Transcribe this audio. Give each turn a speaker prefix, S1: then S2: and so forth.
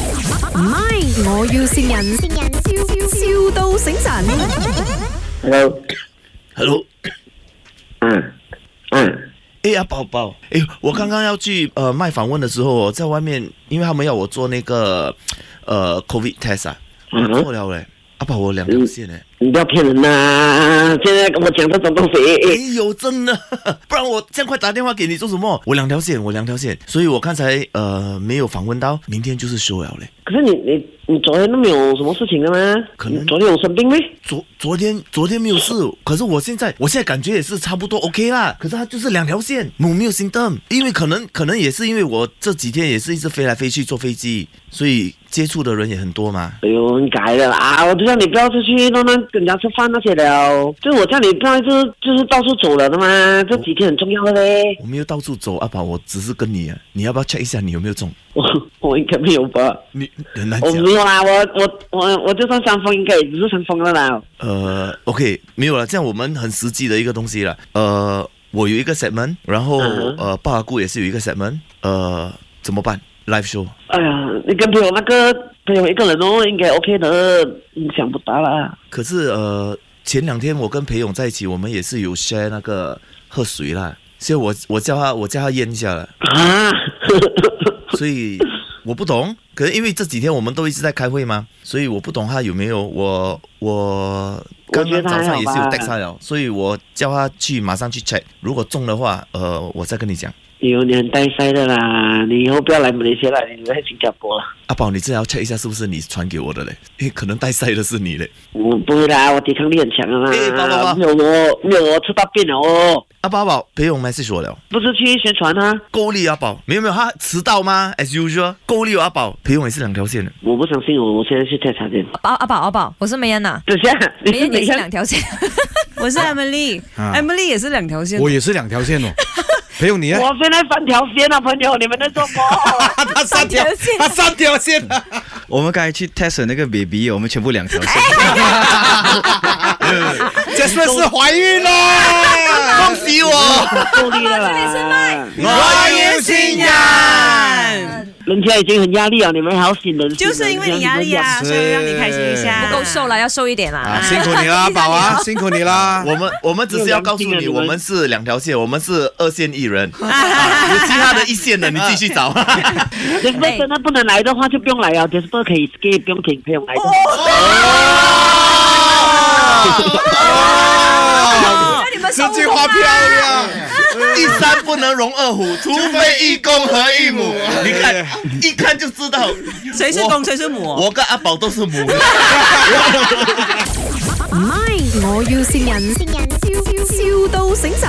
S1: 唔係，我要善人，笑笑到醒神。
S2: Hello，
S3: Hello，
S2: 嗯嗯，
S3: 哎呀，宝宝，哎，我刚刚要去呃卖访问的时候，我在外面，因为他们要我做那个呃 COVID test 啊，
S2: 嗯
S3: 我做了嘞，阿宝我两条线嘞，
S2: 你不要骗人呐、现在跟我讲这种东西，
S3: 没有哎真的， 不然我这样快打电话给你做什么？我两条线，我两条线，所以我刚才呃没有访问到，明天就是休了嘞。
S2: 可是你你你昨天都没有什么事情的吗？
S3: 可能
S2: 你昨天有生病没？
S3: 昨昨天昨天没有事，可是我现在我现在感觉也是差不多 OK 啦。可是它就是两条线，我没有心动，因为可能可能也是因为我这几天也是一直飞来飞去坐飞机，所以接触的人也很多嘛。
S2: 哎呦，你改了啊！我就叫你不要出去乱乱跟人家吃饭那些了，就我叫你不要一直就是到处走了的嘛，这几天很重要的嘞。
S3: 我没有到处走，阿宝，我只是跟你，啊你要不要 check 一下你有没有中？
S2: 我 我应该没有吧？
S3: 你很难
S2: 我
S3: 讲
S2: 没。有啦，我我我我就算伤风，应该也只是伤风了啦。
S3: 呃，OK，没有了，这样我们很实际的一个东西了。呃，我有一个 segment，然后、
S2: 嗯哼
S3: 呃，爸姑也是有一个 segment，呃，怎么办？Live show。
S2: 哎呀，你跟朋友那个朋友一个人哦，应该 OK 的，影响不大啦。
S3: 可是呃，前两天我跟裴勇在一起，我们也是有 share 那个喝水啦，所以我我叫他我叫他腌一 下了，
S2: 啊，
S3: 所以我不懂，可能因为这几天我们都一直在开会嘛，所以我不懂他有没有我我刚
S2: 觉得
S3: 刚
S2: 还
S3: 早
S2: 好
S3: 上也是有
S2: 吧
S3: text 他了，所以我叫他去马上去 check，如果中的话，呃，我再跟你讲。
S2: 哎呦，你很带塞的啦，你以后不要来马来西亚啦，你留在新加坡啦。
S3: 阿宝，你真的要 check 一下是不是你传给我的嘞？因为可能带赛的是你嘞。
S2: 我不会啦，我抵抗力很强的啦。
S3: 哎爸爸爸
S2: 没有我，没有我吃大便了哦。
S3: 阿宝阿宝，裴勇 message 我了。
S2: 不是去宣传啊！
S3: 够力阿宝，没有没有，他迟到吗？As usual，够力哦阿宝，裴勇也是两条线的。
S2: 我不相信我，我现在去调查店。
S4: 宝阿宝阿宝，啊我是梅恩 呐，
S2: 等下，你
S4: 梅
S2: 是
S4: 恩也
S2: 哪
S4: 是
S2: 下？
S4: 两条线， 我是 Emily，Emily、
S5: 啊
S4: Emily 也是两条线。
S5: 我也是两条线哦。裴勇，你呢？啊
S2: 我现在三条线啊，朋友，你们在做梦？
S5: 他三
S4: 条线
S5: 他三条线啊。
S6: 我们刚才去 test 那个 baby，我们全部两条线。
S5: 这算是怀孕啊
S3: 啊
S5: 哎了，恭喜 我！
S2: 够力了啦！
S5: 我要新人。
S2: 人家已经很压力啊了，你们还要醒人醒人？
S7: 就是因为你压力啊，
S5: 是
S7: 所以让你开心一下。
S4: 不够瘦了，要瘦一点啦
S5: 啊，。辛苦你啦，宝啊，辛苦你啦。
S3: 我们我们只是要告诉
S2: 没有良
S3: 你，
S2: 心啊你们
S3: 我们是两条线，我们是二线艺 人，啊有其他的一线的你继续 找。
S2: 这样子。Jasper
S7: 哎
S2: 真的不能来的话，就不用来了。Jasper 可以 skip，不用请朋友来的。
S5: 哦，
S4: 啊那你们
S5: 这
S4: 收
S5: 句话漂亮，
S3: 一山不能容二虎，除非一公和一母。哦你看，一看就知 道，
S7: 谁是公谁是母？
S3: 我跟阿宝都是母。
S1: 唔係，我要善人，笑笑到醒神。